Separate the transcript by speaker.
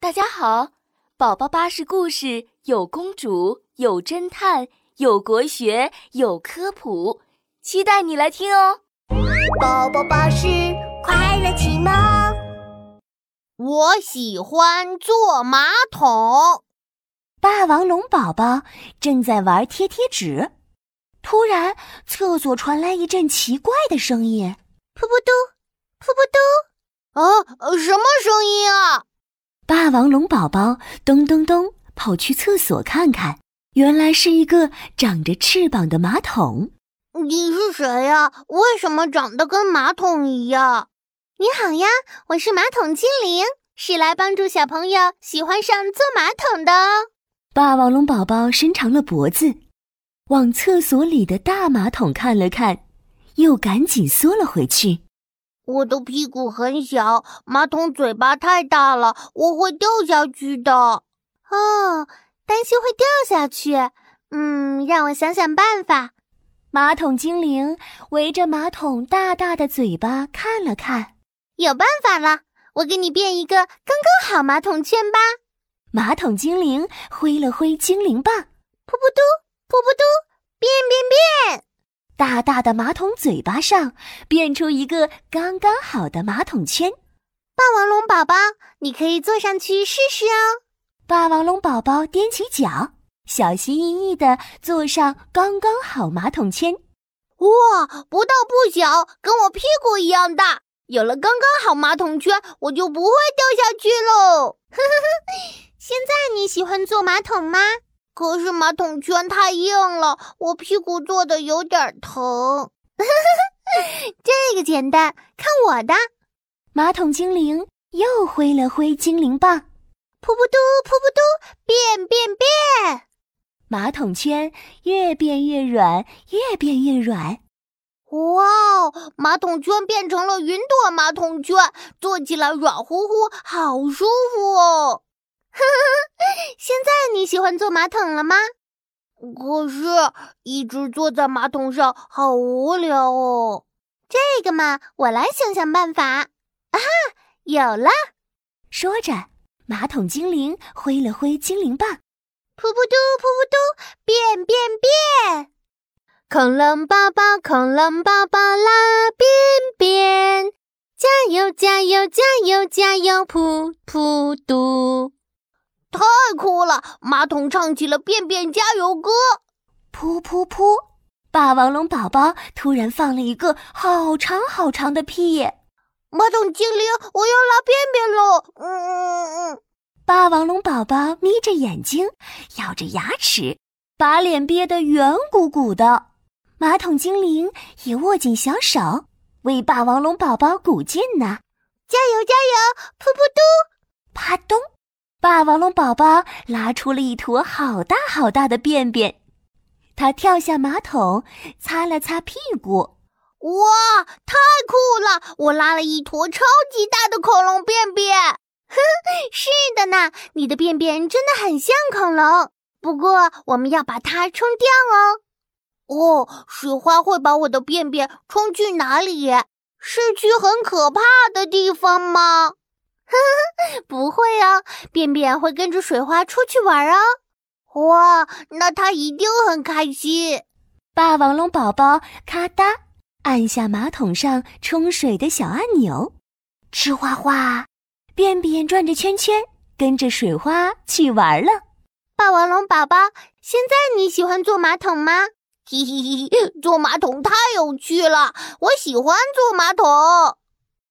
Speaker 1: 大家好，宝宝巴士故事有公主，有侦探，有国学，有科普，期待你来听哦。
Speaker 2: 宝宝巴士快乐启蒙。
Speaker 3: 我喜欢坐马桶。
Speaker 1: 霸王龙宝宝正在玩贴贴纸，突然厕所传来一阵奇怪的声音，
Speaker 3: 噗噗嘟，噗噗嘟。啊，什么声音啊？
Speaker 1: 霸王龙宝宝咚咚咚跑去厕所看看，原来是一个长着翅膀的马桶。
Speaker 3: 你是谁呀？为什么长得跟马桶一样？
Speaker 4: 你好呀，我是马桶精灵，是来帮助小朋友喜欢上坐马桶的哦。
Speaker 1: 霸王龙宝宝伸长了脖子，往厕所里的大马桶看了看，又赶紧缩了回去。
Speaker 3: 我的屁股很小，马桶嘴巴太大了，我会掉下去的。
Speaker 4: 哦，担心会掉下去，嗯，让我想想办法。
Speaker 1: 马桶精灵围着马桶大大的嘴巴看了看，
Speaker 4: 有办法了！我给你变一个刚刚好马桶圈吧。
Speaker 1: 马桶精灵挥了挥精灵棒，噗噗
Speaker 4: 嘟，噗噗嘟，变变变！
Speaker 1: 大大的马桶嘴巴上变出一个刚刚好的马桶圈。
Speaker 4: 霸王龙宝宝，你可以坐上去试试
Speaker 3: 啊
Speaker 4: 哦。
Speaker 1: 霸王龙宝宝踮起脚。小心翼翼地坐上刚刚好马桶圈，
Speaker 3: 哇，不大不小，跟我屁股一样大。有了刚刚好马桶圈，我就不会掉下去喽。
Speaker 4: 现在你喜欢坐马桶吗？
Speaker 3: 可是马桶圈太硬了，我屁股坐的有点疼。
Speaker 4: 这个简单，看我的！
Speaker 1: 马桶精灵又挥了挥精灵棒，
Speaker 4: 噗噗嘟，噗噗嘟，变变变！
Speaker 1: 马桶圈越变越软，越变越软。
Speaker 3: 哇哦！马桶圈变成了云朵马桶圈，坐起来软乎乎，好舒服哦！
Speaker 4: 现在你喜欢坐马桶了吗？
Speaker 3: 可是，一直坐在马桶上好无聊哦。
Speaker 4: 这个嘛，我来想想办法。啊哈，有了！
Speaker 1: 说着，马桶精灵挥了挥精灵棒。
Speaker 4: 噗噗嘟，噗噗嘟，变变变！
Speaker 3: 恐龙宝宝，恐龙宝宝拉便便，
Speaker 4: 加油加油加油加油！哎噗噗嘟，
Speaker 3: 太酷了！马桶唱起了便便加油歌。
Speaker 1: 噗噗噗！霸王龙宝宝突然放了一个好长好长的屁。
Speaker 3: 马桶精灵，我要拉便便喽！嗯嗯嗯。
Speaker 1: 霸王龙宝宝眯着眼睛，咬着牙齿，把脸憋得圆鼓鼓的。马桶精灵也握紧小手，为霸王龙宝宝鼓劲呢。
Speaker 4: 加油加油！噗噗嘟！
Speaker 1: 啪咚！霸王龙宝宝拉出了一坨好大好大的便便。他跳下马桶，擦了擦屁股。
Speaker 3: 哇，太酷了！我拉了一坨超级大的恐龙便 便。
Speaker 4: 是的呢，你的便便真的很像恐龙，不过我们要把它冲掉哦。
Speaker 3: 哦，水花会把我的便便冲去哪里？是去很可怕的地方吗？
Speaker 4: 不会哦，便便会跟着水花出去玩哦。
Speaker 3: 哇，那它一定很开心。
Speaker 1: 霸王龙宝宝咔哒按下马桶上冲水的小按钮，吱哗哗。便便转着圈圈，跟着水花去玩了。
Speaker 4: 霸王龙宝宝，现在你喜欢坐马桶吗？
Speaker 3: 嘿嘿嘿，坐马桶太有趣了，我喜欢坐马桶。